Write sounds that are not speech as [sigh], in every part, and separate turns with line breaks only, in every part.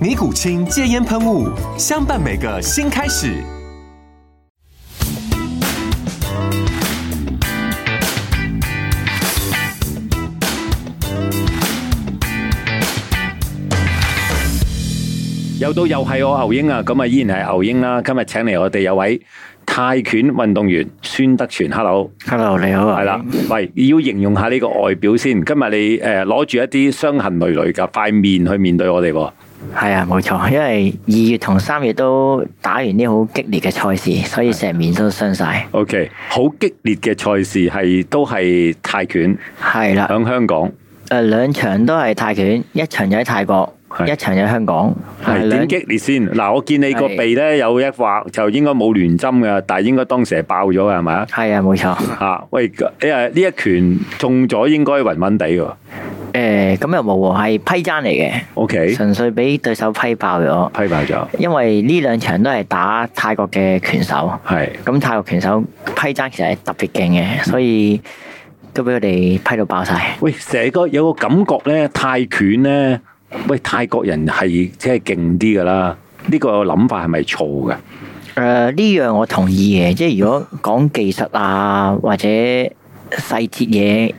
尼古清戒烟喷雾，相伴每个新开始。
又到又係我牛英啊，咁啊依然係牛英啦。今日請嚟我哋有位泰拳運動員孫德全，hello，
Hello，你好啊，
係啦，喂，要形容下呢個外表先。今日你诶攞住一啲傷痕累累嘅塊面去面對我哋喎，
係啊，冇錯，因為二月同三月都打完啲好激烈嘅賽事，所以成面都傷晒。
OK，好激烈嘅賽事係都係泰拳，
係啦，
響香港
诶，两场都係泰拳，一場就喺泰國，
係
一場就喺香港。
係
兩
點激烈先？嗱，我見你個
係
鼻咧有一劃就應該冇亂針嘅，但係應該當時係爆咗嘅係咪啊？
係啊，冇錯。
啊，喂，诶呢一拳中咗應該暈暈地喎
诶，呃咁又冇喎，係批爭嚟
，OK，
嘅，純粹俾對手批爆咗。
批爆咗。
因為呢兩場都係打泰國嘅拳手，
系
咁泰國拳手批爭其實係特別勁嘅，所以都俾佢哋批到爆晒。
喂，成個有個感覺咧，泰拳咧，喂泰國人係即係勁啲噶啦，呢、個諗法係咪錯嘅？
诶，呃呢樣我同意嘅，即係如果講技術啊或者細節嘢，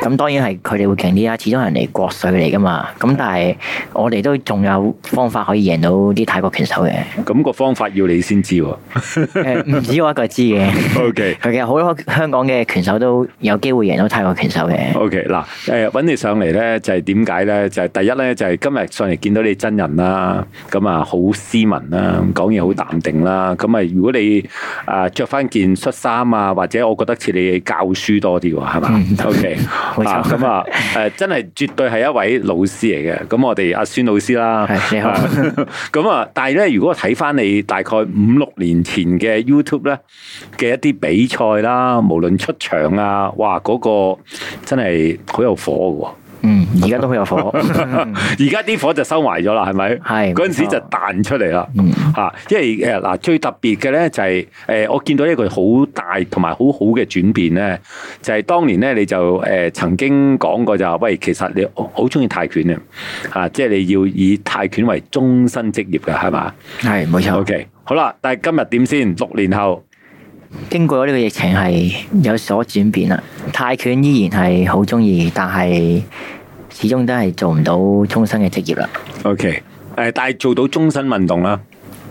咁當然係佢哋會勁啲啦。始終人哋國粹嚟噶嘛，咁但係我哋都仲有方法可以贏到啲泰國拳手 [laughs] 嘅。
咁、個方法要你先知喎。
誒唔、止我一個知嘅，
O K
佢其實好多香港嘅拳手都有機會贏到泰國拳手嘅。
O K 嗱，誒揾你上嚟咧，就係點解咧？就係、第一咧，就係、今日上嚟見到你真人啦，咁啊好斯文啦，講嘢好淡定啦，咁啊如果你啊着翻件恤衫啊，或者我覺得似你教書多啲喎，係嘛
嗯
？O K
冇錯
啊，咁啊，誒真係絕對係一位老師嚟嘅。咁我哋阿孫老師啦， [laughs]
係你好
啊咁啊，但係咧，如果睇翻你大概五六年前嘅 YouTube 咧嘅一啲比賽啦，無論出場啊，哇，嗰、個真係好有火嘅喎。
嗯，而家都好有火。
[laughs] 而家啲火就收埋咗啦，係咪？
嗯係
嗰陣時
冇錯
就彈出嚟啦。
[laughs] 嗯
嚇、因為誒呃嗱，最特別嘅咧就係、誒、我見到一個好大同埋好好嘅轉變咧，就係、當年咧你就誒、呃曾經講過就話，喂，其實你好中意泰拳嘅嚇、即係你要以泰拳為終身職業嘅，係嘛
係冇錯。
？OK，好啦，但係今日點先？六年後
經過呢個疫情係有所轉變啦，泰拳依然係好中意，但係始終都係做唔到終身嘅職業啦。
，OK，誒、但係做到終身運動啦。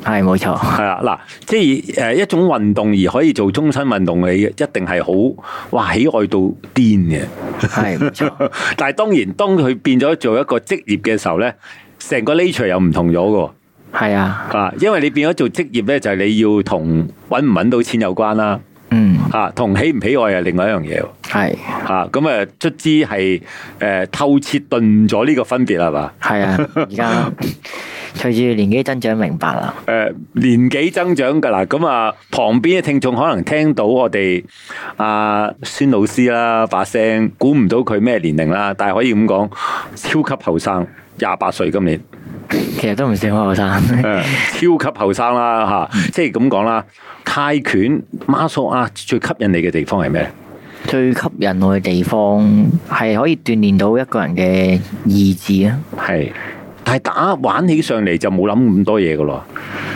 係冇錯，
係啦，嗱，即係呃誒一種運動而可以做終身運動，你一定係好哇喜愛到癲嘅。
係冇錯，
[laughs] 但係當然，當佢變咗做一個職業嘅時候咧，成個 nature 又唔同咗嘅
係啊，
喎啊，因為你變咗做職業咧，就係、你要同揾唔揾到錢有關啦，
嗯，
啊，同喜唔喜愛係另外一樣嘢喎。
係
啊，咁啊，卒之係誒透徹頓咗呢個分別係嘛？
係啊，而家隨住年紀增長，明白啦，
誒、呃年紀增長㗎啦，咁啊旁邊嘅聽眾可能聽到我哋阿、孫老師啦把聲，估唔到佢咩年齡啦，但係可以咁講，超級後生，廿八歲今年，
其實都唔算好後
[laughs]
生，
誒超級後生啦嚇，即係咁講啦。泰拳 muscle 啊，最吸引你嘅地方係咩？
最吸引我嘅地方係可以鍛鍊到一個人嘅意志啊，
係，但係打玩起上嚟就冇諗咁多嘢㗎咯，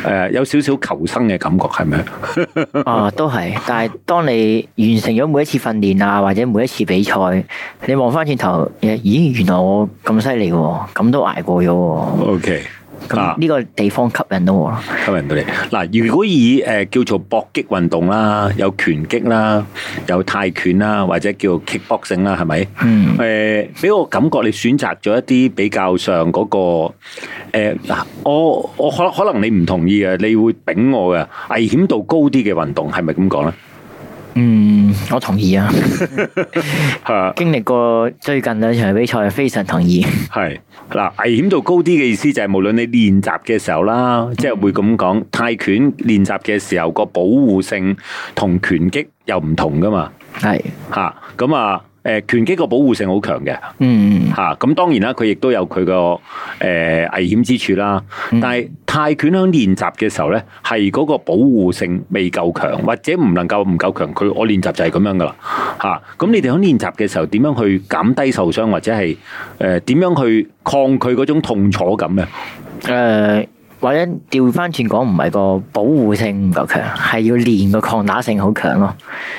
誒、有少少求生嘅感覺係咪？
[laughs] 啊，都係，但係當你完成咗每一次訓練啊，或者每一次比賽，你望翻轉頭，咦，原來我咁犀利喎，咁都捱過咗喎，
O K，
咁
啊
呢個地方吸引到我咯。
吸引到你嗱，如果以誒、呃叫做搏擊運動啦，有拳擊啦，有泰拳啦，或者叫 kickboxing 啦，係咪？
嗯
誒、呃俾我感覺你選擇咗一啲比較上嗰、個、呃、嗱我我可可能你唔同意嘅，你會丙我嘅危險度高啲嘅運動係咪咁講咧？
嗯，我同意啊。
係
經歷過最近兩場比賽，非常同 [laughs] 意。
係嗱，危險度高啲嘅意思就係無論你練習嘅時候啦，即係會咁講泰拳練習嘅時候個保護性同拳擊又唔同噶嘛。
係，
吓咁啊，诶、拳擊個保護性好強嘅
嗯，
吓，啊咁、當然啦，佢亦都有佢個诶危險之處啦。但係泰拳喺練習嘅時候咧，係嗰個保護性未夠強，或者唔能夠唔夠強。佢我練習就係咁樣噶啦吓。咁、你哋喺練習嘅時候，點樣去減低受傷，或者係诶点样去抗拒嗰種痛楚感咧？
誒、或者調翻轉講，唔係個保護性唔夠強，係要練個抗打性好強咯。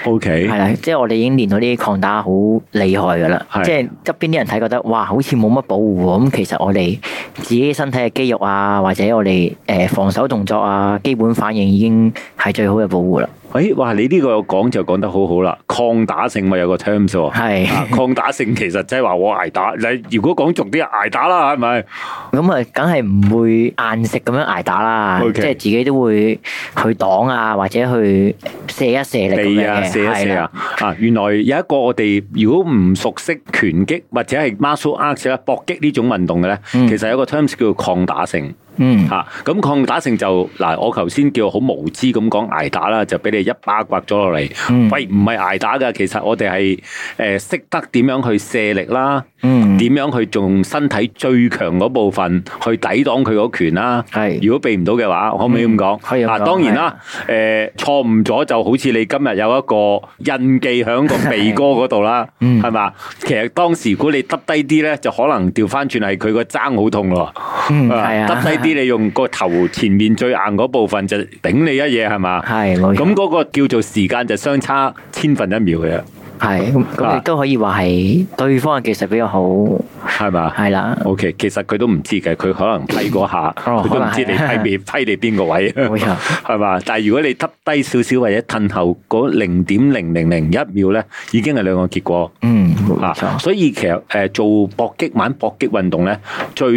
O K，
係啦，即係我哋已經練到啲抗打好厲害㗎啦。
係
即係側邊啲人睇覺得，哇，好似冇乜保護喎。咁其實我哋自己身體嘅肌肉啊，或者我哋誒、呃防守動作啊，基本反應已經係最好嘅保護啦。
诶，哎哇！你呢個講就講得好好啦，抗打性咪有個 terms 喎。
係。
啊抗打性其實即係話我挨打，你如果講俗啲挨打啦，係咪？
咁啊，梗係唔會硬食咁樣挨打啦
OK
即係自己都會去擋啊，或者去射一射力咁
地
樣
啊，
嘅
射一射
係
啊
啦！
啊，原來有一個我哋如果唔熟悉拳擊或者係 martial arts 啦、搏擊呢種運動嘅咧，
嗯
其實有個 terms 叫做抗打性
嗯，
嚇。咁、抗打性就嗱，我頭先叫好無知咁講挨打啦，就俾你一巴刮咗落嚟。
嗯
喂，唔係挨打㗎，其實我哋係誒識得點樣去卸力啦。
嗯，
點樣去用身體最強嗰部分去抵擋佢嗰拳啦？
係
如果避唔到嘅話，可唔可以咁講？
嗯可以咁
啊，
講啊
當然啦，誒錯誤咗就好似你今日有一個印記喺個鼻哥嗰度啦，
[laughs] 嗯
係嘛？其實當時如果你耷低啲咧，就可能調翻轉係佢個爭好痛咯。
嗯
啊
係啊
耷低啲你用個頭前面最硬嗰部分就頂你一嘢係嘛？
哦係啊冇
咁
錯，
嗰個叫做時間就相差千分一秒嘅，
係咁咁
啊
亦都可以話係對方嘅技術比較好，
係嘛？
係啦，
O、k 其實佢都唔知嘅，佢可能批嗰下，
哦
佢都唔知你批
可能係 [laughs]
邊批你邊個位，
冇錯
係嘛？但係如果你耷低少少或者褪後嗰零點零零零一秒咧，已經係兩個結果。
嗯，冇
啊，
錯，
所以其實誒、呃做搏擊玩搏擊運動咧，最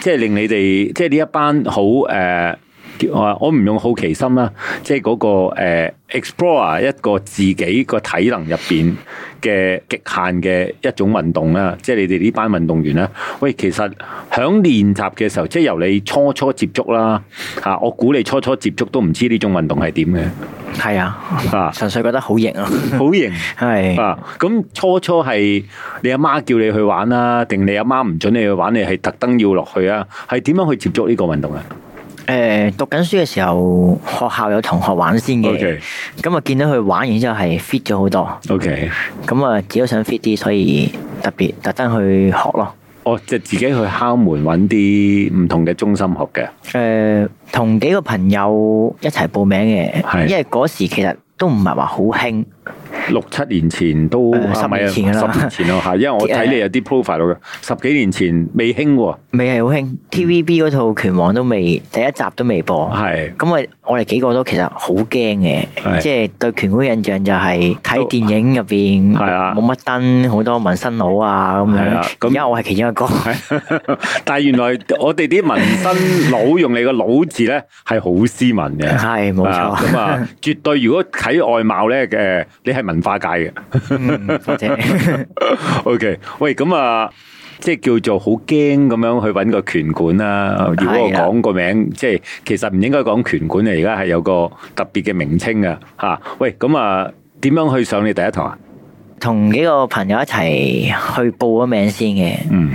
即係令你哋即係呢一班好誒。呃叫我我唔用好奇心啦，即係嗰、個、呃、explore 一個自己個體能入邊嘅極限嘅一種運動啦，即係你哋呢班運動員啦。喂，其實響練習嘅時候，即係由你初初接觸啦嚇、我估你初初接觸都唔知呢種運動係點嘅
係啊，
嚇，啊
純粹覺得好型啊，
好型。
係
啊！咁初初係你阿媽叫你去玩啦，定你阿媽唔准你去玩，你係特登要落去啊？係點樣去接觸呢個運動啊？
誒讀緊書嘅時候，學校有同學玩先
OK
嘅，咁啊見到佢玩完之後係 fit 咗好多。
o k
咁啊，自己想 fit 啲，所以特別特登去學咯。
我就哦自己去敲門揾啲唔同嘅中心學嘅，
誒、同幾個朋友一齊報名嘅，
係
因為嗰時其實都唔係話好興，
六七年前都
誒
啊
十
唔係啊
年前㗎啦
十年前咯嚇，因為
[laughs]
我睇你有啲 profile 嘅，十幾年前未興喎，
未係好興。TVB 嗰套《拳王》都未第一集都未播，
係
咁啊，我哋幾個都其實好驚
係
嘅，即係對拳館嘅印象就係睇電影入邊
係啊
冇乜燈，好多紋身佬啊咁
係啊
樣。
咁
而家我係其中一個，
[laughs] 但係原來我哋啲紋身佬用你個佬字咧係好斯文嘅，
係冇
啊
錯，
咁
[laughs]
啊，絕對如果睇外貌咧嘅，你係文化界嘅。
嗯多謝。
O、k 喂，咁啊，即係叫做好驚咁樣去揾個拳館啦。如果我
係啊
講個名，即係其實唔應該講拳館啊，而家係有個特別嘅名稱啊。吓，喂，咁啊，點樣去上你第一堂啊？
[laughs] 同幾個朋友一齊去報咗名先嘅。
嗯，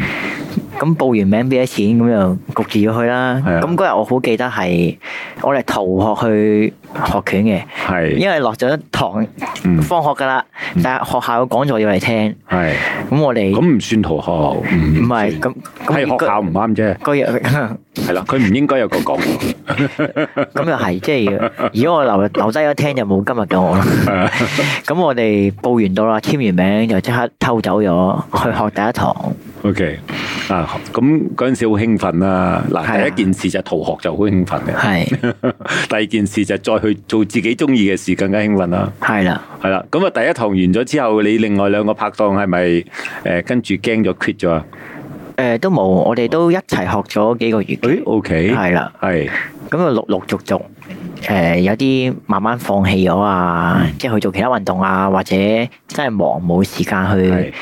咁報完名俾咗錢，咁就焗住要去啦。
係啊
咁嗰日我好記得係我哋逃學去學拳嘅，
係
因為落咗堂
嗯
放學噶啦，但係學校有講座要嚟聽，
係，
咁我哋
咁唔算逃學，唔嗯
唔係咁
係
咁
學校唔啱啫。
個樣
係啦，佢唔應該有個講。 [laughs]
咁又係，即係如果我留留低咗聽，就冇今日嘅
[laughs]
我啦。咁我哋報完到啦，簽完名就即刻偷走咗去學第一堂。
OK，啊，咁嗰陣時好興奮啦。
係啊
嗱，第一件事就係逃學就好興奮嘅， [laughs]
係
第二件事就係再去做自己中意嘅事，更加興奮啦。
係啦，
係啦，咁啊，第一堂完咗之後，你另外兩個拍檔係咪誒跟住驚咗 quit 咗啊？
誒都冇，我哋都一齊學咗幾個月嘅。
誒，OK，
係啦，
係
咁啊陸陸續續誒、有啲慢慢放棄咗啊，即係去做其他運動啊，或者真係忙冇時間
係
去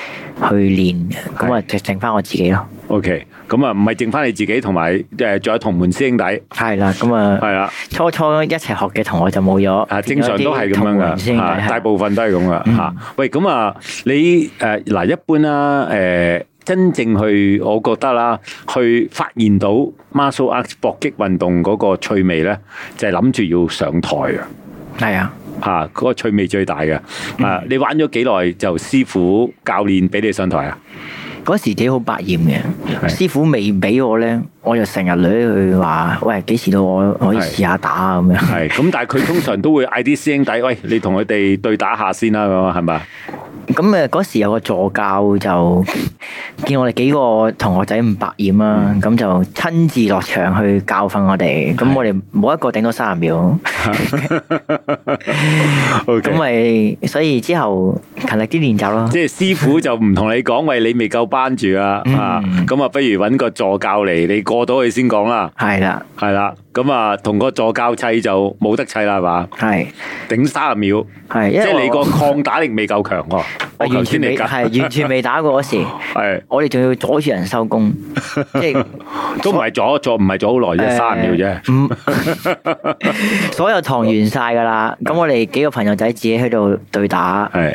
去練，咁啊就剩翻我自己咯。
OK，咁啊，唔係剩翻你自己，同埋誒仲有同門師兄弟，係
係啦，咁啊
啦，
初初一齊學嘅同學就冇咗，
啊，正常都係咁樣
變咗啲同門師兄
噶，啊
弟係
大部分都係咁噶
嗯
嚇。喂，咁啊，你誒嗱一般啦，誒真正去，我覺得啦，去發現到 martial arts 搏擊運動嗰個趣味咧，就係諗住要上台啊。
係啊。
嚇，嗰個趣味最大嘅。啊，你玩咗幾耐就師傅教練俾你上台
[laughs]
啊？
嗰時幾好百厭嘅，
係
師傅未俾我咧，我就成日女佢話：喂，幾時到我可以
係
試下打啊咁樣？
係，咁但係佢通常都會嗌啲師兄弟，喂，你同佢哋對打下先啦，咁啊，係咪？
咁誒嗰時有個助教就見我哋幾個同學仔咁百厭啦，
嗯
咁就親自落場去教訓我哋。咁我哋冇一個頂到三十秒，咁
OK
咪所以之後勤力啲練習咯。
即係師傅就唔同你講，喂，你未夠班住啊，
嗯
啊，咁啊，不如揾個助教嚟，你過到去先講啦，
係啦，
係啦，咁啊，同個助教砌就冇得砌啦，係嘛？
係
頂三十秒，
係，因
即係
為
你
[laughs]
個
我
抗打力未夠強喎。
我
我頭
完
先
全
你
未
講
係完全未打過嗰時，
係
我哋仲要阻住人
[laughs]
收工，即係。
都唔 [laughs] 係咗，咗唔係咗好耐啫，三十秒啫。
啫。
[laughs]
唔所有堂完晒噶啦，咁我哋幾個朋友仔自己喺度對打，
係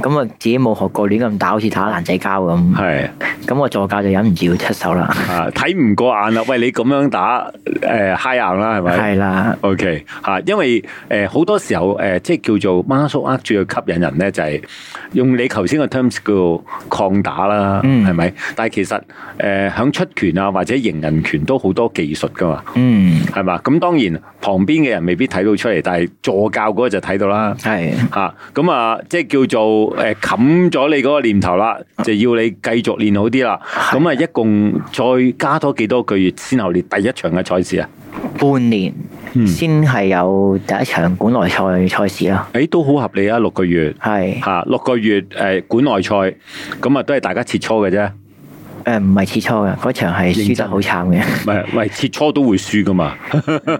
咁啊自己冇學過亂咁打，好似打爛仔交咁。
係
咁我助教就忍唔住要出手啦，
啊，睇唔過眼啦！喂，你咁樣打誒嗨硬啦，係咪？
係啦，
O K 嚇，因為誒好、多時候誒、呃即係叫做 muscle up 最吸引人咧，就係、用你頭先個 terms 叫抗打啦，
嗯
係咪、但係其實誒響、出拳啊或者迎人拳都好多技術噶嘛，
嗯，
係嘛？咁當然旁邊嘅人未必睇到出嚟，但係助教嗰個就睇到啦。
係
嚇咁啊，即係叫做誒冚咗你嗰個念頭啦，就要你繼續練好啲啦。咁啊，一共再加多幾多個月先後你第一場嘅賽事啊？
半年
嗯
先係有第一場館內賽賽事啦，
誒、都好合理啊，六個月。
係
嚇、啊六個月呃誒、館內賽，咁啊都係大家切磋嘅啫。
誒唔係切磋嘅，嗰場係輸
認
得
真
好慘嘅，
喂喂，切磋都會輸噶嘛， [laughs]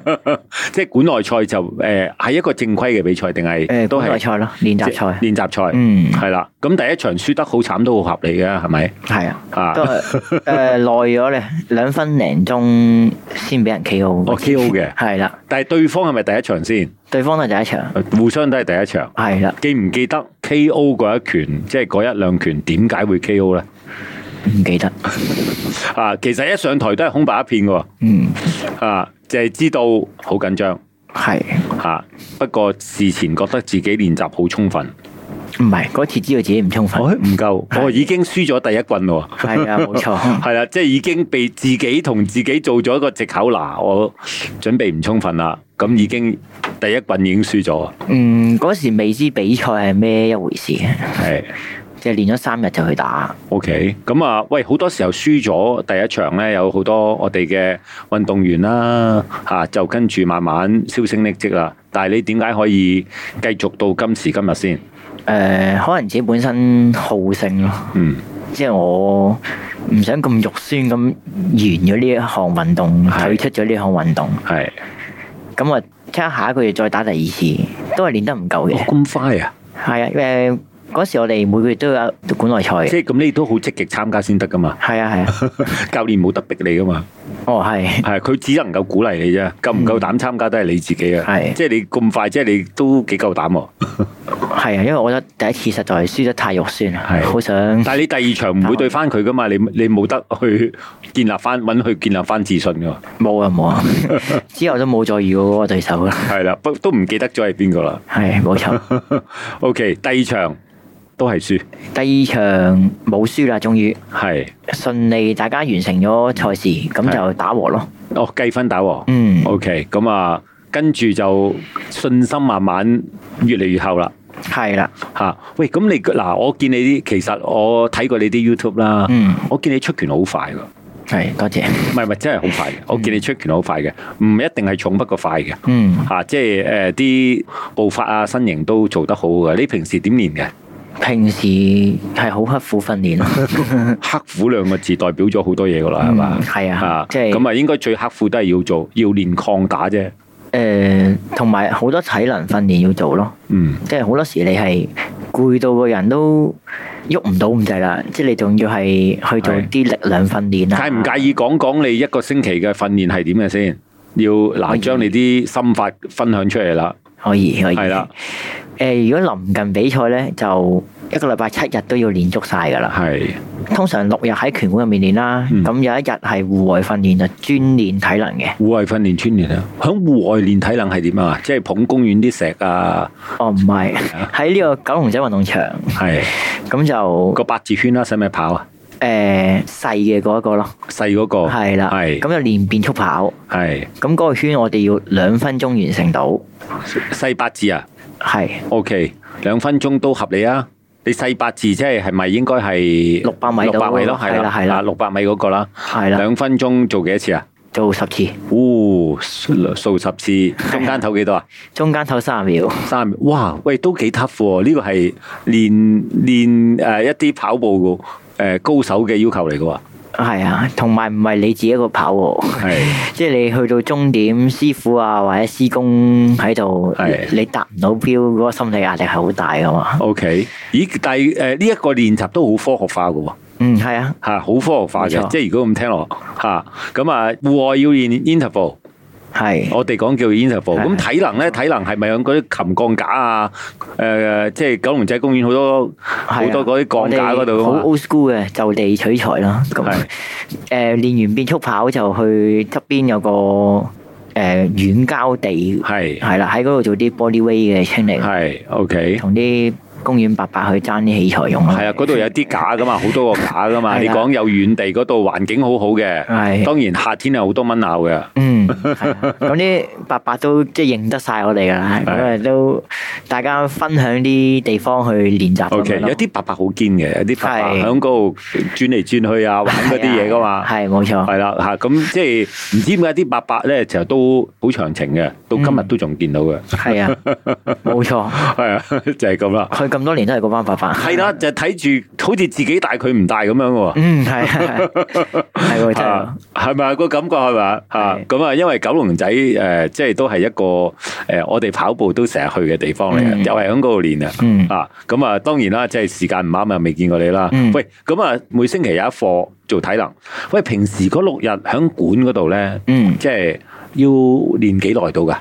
即係館內賽就誒係、一個正規嘅比賽定係
誒
都
館內
係
賽咯，練習
即係
賽，
練習賽，
嗯
係啦。咁第一場輸得好慘都好合理嘅，係咪？
係啊。
啊 [laughs]
都，係誒耐咗咧，兩分零鐘先俾人 K.O.
哦 KO 嘅
係啦，
但係對方係咪第一場先？呃
對方都係第一場，
互相都係第一場。
係啦，
記唔記得 K.O. 嗰一拳，即係嗰一兩拳點解會 K.O. 咧？
唔記得，
啊，其實一上台都係空白一片嘅
嗯，
喎，啊，就係、知道好緊張。
係
吓、啊不過事前覺得自己練習好充分，
唔係嗰次知道自己唔充分，
唔夠，我已經輸咗第一棍咯。
係啊，冇
[laughs]
錯，
係啦，即係已經被自己同自己做咗一個藉口嗱，我準備唔充分啦，咁已經第一棍已經輸咗，
嗯，嗰時未知比賽係咩一回事嘅，
係
即係練咗三日就去打，
OK。咁啊，喂，好多時候輸咗第一場咧，有好多我哋嘅運動員啦，吓、就跟住慢慢銷聲匿跡啦。但係你點解可以繼續到今時今日先？
誒、呃可能自己本身好勝咯，
嗯，
即係我唔想咁肉酸咁完咗呢一項運動，
係
退出咗呢項運動，
係，
咁啊，即刻下一個月再打第二次，都係練得唔夠
哦，
嘅。
咁快啊！
係啊，誒嗰時我哋每個月都有管內賽嘅，，
即係咁，你都好積極參加先得噶嘛
係啊係
[laughs]
啊，
教練冇得逼你噶嘛，
哦係
係佢只能夠鼓勵你啫，夠唔夠膽參加都係你自己啊。
嗯係
即係你咁快，即係你都幾夠膽
[laughs]
喎。
係啊，因為我覺得第一次實在輸得太肉酸啦，
係
好想
但係你第二場唔會對翻佢噶嘛，你你冇得去建立翻揾佢建立翻自信噶嘛。
冇啊冇啊，
[laughs]
之後都冇再遇過嗰個對手啦，
[laughs]
啊
係啦，不都唔記得咗係邊個啦。
係冇錯，
OK，第二場都係輸，
第二場冇輸啦，終於
係
順利大家完成咗賽事，咁就打和咯。
哦計分打和。
嗯，
OK，咁啊，跟住就信心慢慢越嚟越厚啦。
係啦，
吓、喂，咁你嗱，我見你啲，其實我睇過你啲 YouTube 啦，
嗯
我見你出拳好快㗎，唔
係多謝。
係唔係真係好快嘅，我見你出拳好快嘅，唔一定係重不過快嘅，
嗯，
吓、即係诶啲步伐啊、身形都做得好嘅。你平時點練嘅？
平時係好刻苦訓練咯。
刻苦兩個字代表咗好多嘢㗎啦， [laughs] 係嘛、
嗯係啊
嚇
即係
咁啊，應該最刻苦都係要做，要練抗打啫。
誒，同埋好多體能訓練要做咯。
嗯，
即係好多時你係攰到個人都喐唔到咁滯啦，即係你仲要係去做
係
啲力量訓練啊。
介唔介意講講你一個星期嘅訓練係點嘅先？要
可
嗱，
以
將你啲心法分享出嚟啦。
可以可以。
係啦。
誒、如果臨近比賽咧，就一個禮拜七日都要練足晒㗎啦。
係
通常六日喺拳館入面練啦，
嗯
咁、有一日係戶外訓練就專練體能嘅。
户外訓練、專練啊！喺户外練體能係點啊？即係捧公園啲石啊，
哦，唔係喺呢個九龍仔運動場，
係
咁就
個八字圈啦，使唔使跑啊？
誒細嘅嗰一個咯，
細嗰個
係啦，
係
咁就練變速跑。
係
咁嗰個圈我哋要兩分鐘完成到，
細八字啊。
係
OK，兩分鐘都合理啊！你細八字即係係咪應該係
600米
六百米咯，
到
係啦，啊
係啦係啦
六百米嗰個啦，
係啦，
兩分鐘做幾多次啊？
做十次，
哦，數數十次，中間唞幾多啊？ [laughs]
中間唞三十秒，
三秒，哇！喂，都幾 tough 喎！呢個係練練呃誒一啲跑步誒、呃高手嘅要求嚟嘅喎，
係啊，同埋唔係你自己一個跑喎。 [laughs]
係
即係你去到終點，師傅啊或者師公喺度
係，
你達唔到標嗰個心理壓力係好大噶嘛。
OK。咦？但係誒呢一個練習都好科學化嘅喎，
嗯，係啊，
嚇好科學化
冇
嘅。
錯
即係如果咁聽落嚇，咁啊戶外要練 interval，
係
我哋講叫 interval。咁
係
體能咧，體能係咪用嗰啲琴鋼架啊？誒、即係九龍仔公園好多好
係啊
多嗰啲鋼架嗰
我哋
度
好
啊嘛
old school 嘅，就地取材啦。咁
係
誒練完變速跑就去側邊有個誒軟膠地，
係
係啦，喺嗰度做啲 body weight 嘅清理，
係 OK。
同啲公園伯伯去爭啲器材用咯。
係啊，嗰度有啲架
[laughs]
噶嘛，好多個架噶嘛。
係啦
你講有遠地嗰度環境好好嘅，
係
當然夏天係好多蚊咬嘅。
嗯，係啊咁啲伯伯都即係認得晒我哋噶啦，咁啊都大家分享啲地方去練習咁
O K，
樣咯。
有啲伯伯好堅嘅，有啲伯伯
係
喺嗰度轉嚟轉去啊，玩嗰啲嘢噶嘛。
係啊冇錯，
係啦，吓咁即係唔知點解啲伯伯咧，其實都好長情嘅，到今日都仲見到嘅。
係啊，冇錯，
係嗯啊， [laughs] 就係咁啦。嗯
佢咁多年都係嗰班伯伯。
係啦，就睇住好似自己大佢唔大咁樣喎。
嗯，係係係喎，真係
啊，係咪啊個感覺係咪啊啊？
係
咁啊，因為九龍仔誒、呃即係都係一個誒、呃我哋跑步都成日去嘅地方嚟嘅，
嗯
又係喺嗰度練啊。
嗯
啊，咁啊，當然啦，即係時間唔啱啊，未見過你啦。
嗯
喂，咁啊，每星期有一課做體能。喂，平時嗰六日喺館嗰度咧，
嗯
即係要練幾耐到㗎？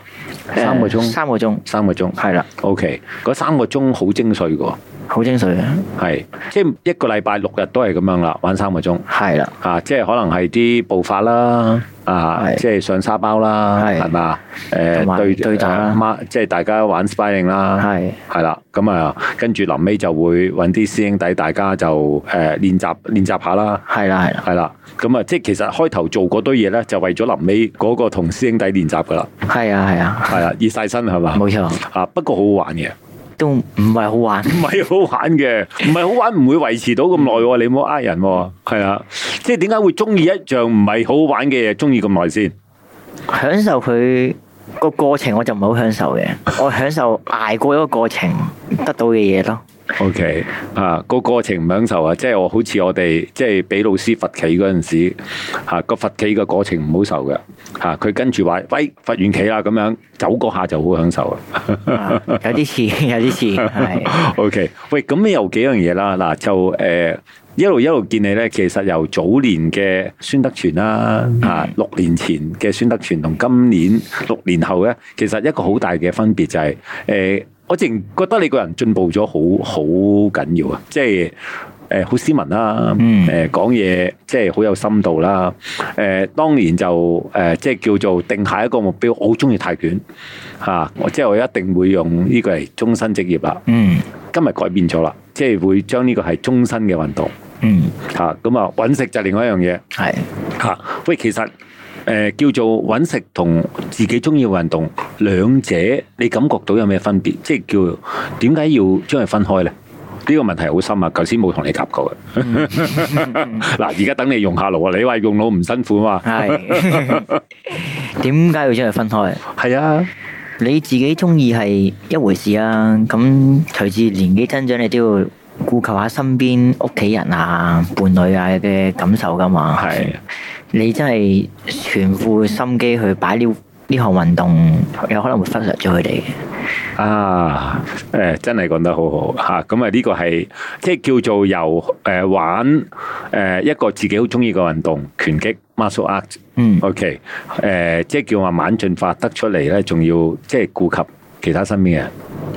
三個
誒
鐘，
呃三個鐘
三個鐘。
係啦，
OK，嗰三個鐘好精髓嘅喎，
好精髓啊嘅，
係即係一個禮拜六日都係咁樣啦，玩三個鐘。
係啦，
啊，即係可能係啲步法啦，啊，
係
即係上沙包啦，
係
係嘛？誒
同埋
對
對打啦
誒孖即係大家玩 sparring 啦，
係
係啦，咁啊，跟住臨尾就會揾啲師兄弟，大家就誒練習練習下啦，
係啦係啦，
係啦，咁啊，即係其實開頭做嗰堆嘢咧，就為咗臨尾嗰個同師兄弟練習噶啦，
係啊係啊，
係啦，熱晒身係嘛？
冇錯，
啊，不過好好玩嘅，
都唔係好玩，
唔係好玩嘅，唔係好玩，唔會維持到咁耐喎，你唔好呃人喎，係啊，即係點解會中意一樣唔係好好玩嘅嘢，中意咁耐先？
享受佢個過程我就唔係好享受嘅，我享受捱過一個過程得到嘅嘢咯，
O K，啊個過程唔享受啊，即係我好似我哋即係俾老師罰企嗰陣時，嚇個罰企嘅過程唔好受嘅，嚇佢跟住話喂罰完企啦咁樣，走嗰下就好享受啊。
啊有啲似 [laughs] 有啲似
[laughs]
係
O K，喂咁你有幾樣嘢啦，嗱就誒。呃一路一路見你咧，其實由早年嘅孫德全啦，啊六年前嘅孫德全同今年六年後咧，其實一個好大嘅分別就係、呃我淨覺得你個人進步咗好好緊要啊，即係。誒好斯文啦，
嗯
誒講嘢即係好有深度啦。誒當年就誒、即係叫做定下一個目標，我好中意泰拳嚇、啊我即係我一定會用呢個嚟終身職業啦。
嗯
今日改變咗啦，即係會將呢個係終身嘅運動
嗯，
嚇。咁啊，揾食就另外一樣嘢
係
嚇。喂，其實誒、呃叫做揾食同自己中意嘅運動兩者，你感覺到有咩分別？即係叫點解要將佢分開咧？呢個問題好深啊！頭先冇同你答過嘅。 [laughs] 嗱，而家等你用下腦啊！你話用腦唔辛苦啊嘛？
係。點解要將佢分開？
係啊，
你自己中意係一回事啊，咁隨住年紀增長，你都要顧及下身邊屋企人啊、伴侶啊嘅感受噶嘛。
係
你真係全副心機去擺呢呢項運動，有可能會忽略咗佢哋嘅。
啊，誒、真係講得好好嚇，咁啊呢個係即係叫做由誒、呃玩誒、呃一個自己好中意嘅運動拳擊 martial art，
嗯
，OK，誒、即係叫話慢慢進化得出嚟咧，仲要即係顧及其他身邊嘅人。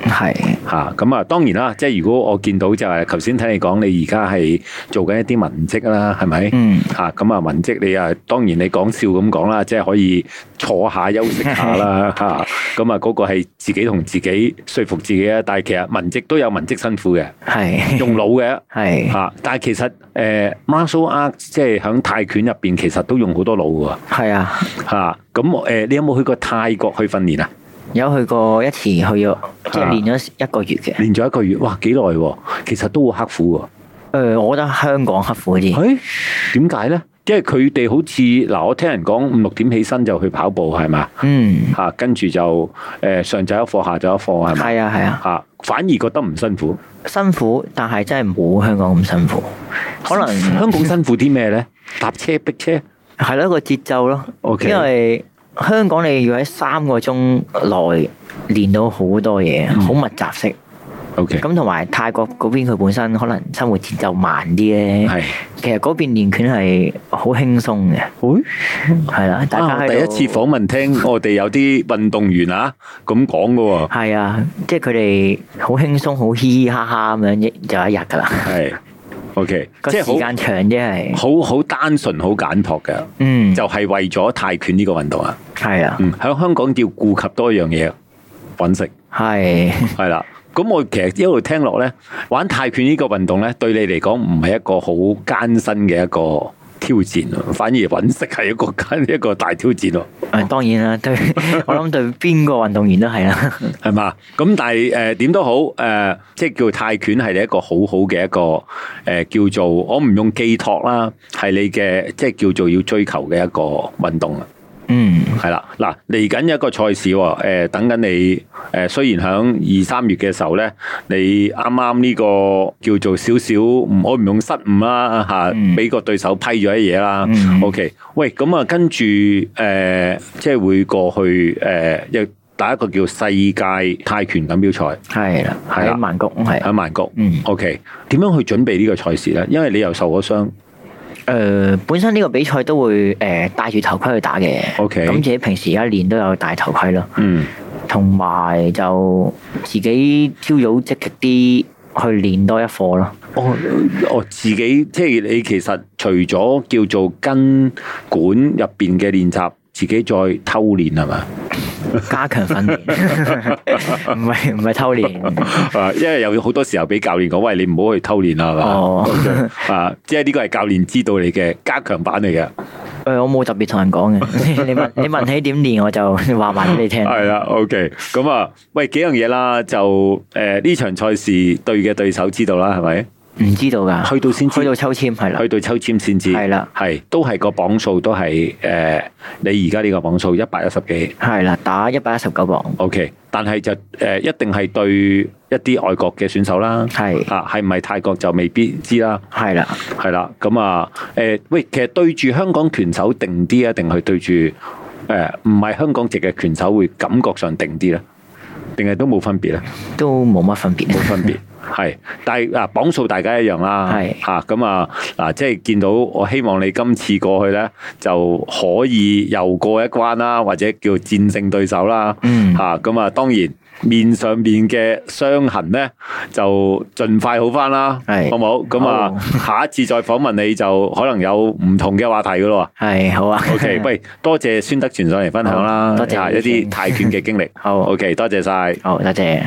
係，
嚇，咁啊當然啦，即係如果我見到就係頭先聽你講，你而家係做緊一啲文職啦，係咪？
嗯
嚇，咁啊文職你啊當然你講笑咁講啦，即係可以坐下休息下啦嚇，咁啊嗰個係自己同自己說服自己啊，但係其實文職都有文職辛苦嘅，
係，
用腦嘅。
係，
嚇！但係其實誒、呃 martial art 即係喺泰拳入邊，其實都用好多腦嘅
係啊！
喎嚇。咁、誒，你有冇去過泰國去訓練啊？
有去過一次，去咗即係練咗一個月嘅。誒、
練咗一個月，哇幾耐喎！其實都好刻苦喎。
我覺得香港刻苦啲。
誒點解咧？因為佢哋好似嗱，我聽人講五六點起身就去跑步係嘛
嗯，
嚇，跟住就誒、呃上晝一課，下晝一課係咪
係啊，係啊，
嚇？反而覺得唔辛苦，
辛苦，但係真係冇香港咁辛苦。可能
香港辛苦啲咩咧？搭車逼車，
係咯，個節奏咯。
OK
因為香港你要喺三個鐘內練到好多嘢，
嗯
好密集式。
OK
咁同埋泰國嗰邊佢本身可能生活節奏慢啲咧，
係。
其實嗰邊練拳係好輕鬆嘅，係啦，大
啊！
家
我
喺
哎第
度
一次訪問聽我哋有啲運動員啊咁講嘅喎，
係啊，即係佢哋好輕鬆，好嘻嘻哈哈咁樣一就一日㗎啦，
係 OK，
個
即
時
係
間長啫係，
好好好單純、好簡朴嘅，
嗯，
就係為咗泰拳呢個運動啊。
係啊，
嗯，喺香港要顧及多一樣嘢，揾食。
係
系啦。咁我其實一路聽落咧，玩泰拳呢個運動咧，對你嚟講唔係一個好艱辛嘅一個挑戰，反而揾食係一個艱 [laughs] 一個大挑戰咯，
誒當啊然
[laughs]
啦，對我諗對邊個運動員都係啦，
係嘛？咁但係誒點都好誒、呃即係叫泰拳係你一個好好嘅一個誒、呃叫做我唔用寄託啦，係你嘅即係叫做要追求嘅一個運動啊。
嗯，
係啦，嗱嚟緊有一個賽事喎、呃等緊你誒、呃，雖然響二三月嘅時候咧，你啱啱呢個叫做少少唔可唔用失誤啦啊嚇，
嗯
俾、個對手批咗一嘢啦。
嗯
OK，喂，咁啊跟住誒、呃即係會過去誒，又、打一個叫世界泰拳錦標賽
係啦，
係啦啊
喺曼谷係，
喺曼谷。
嗯。
OK，點樣去準備呢個賽事咧？因為你又受咗傷。
誒、本身呢個比賽都會誒、戴住頭盔去打嘅
OK
咁自己平時而家練都有戴頭盔咯，
嗯，
同埋就自己朝早積極啲去練多一課
[laughs]
咯。
我我哦自己即係你其實除咗叫做跟管入邊嘅練習，自己再偷練係
[laughs]
嘛？
加強訓練， [laughs] 唔係唔係
[laughs]
偷練，
啊，因為有好多時候俾教練講，喂，你唔好去偷練啦，啊係嘛？
哦
OK，啊，即係呢個係教練知道你嘅加強版嚟嘅，
誒、我冇特別同人講嘅。 [laughs] 你問你問起點練，我就話埋俾你聽。
係啦，OK，咁啊，喂，幾樣嘢啦，就誒呢、場賽事對嘅對手知道啦，係咪？
唔知道㗎，
去到先知
去到抽籤係啦
去，到抽籤先知，
係啦
係都係個磅數都係誒、呃你而家呢個磅數一百一十幾。
係啦，打一百一十九磅，
O.K.，但係就誒、呃一定係對一啲外國嘅選手啦，
係
啊，係唔係泰國就未必知啦，
係啦，
係啦，咁啊誒，喂，其實對住香港拳手定啲啊，定係對住誒唔係香港籍嘅拳手會感覺上定啲咧，定係都冇分別咧？
都冇乜分別
冇。分別。係，但係啊，磅數大家一樣啦，
嗯係
嚇咁啊嗱，即係見到我希望你今次過去咧就可以又過一關啦，或者叫戰勝對手啦，
嗯
嚇咁啊，當然面上面嘅傷痕咧就盡快好翻啦，
係
好冇？咁啊，下一次再訪問你就可能有唔同嘅話題噶
[laughs]
咯喎。
係好啊
OK，喂，多謝孫德全上嚟分享啦，
好多謝
啊一
你先
啲泰拳嘅經歷。
好
OK，多謝晒。
好，多謝。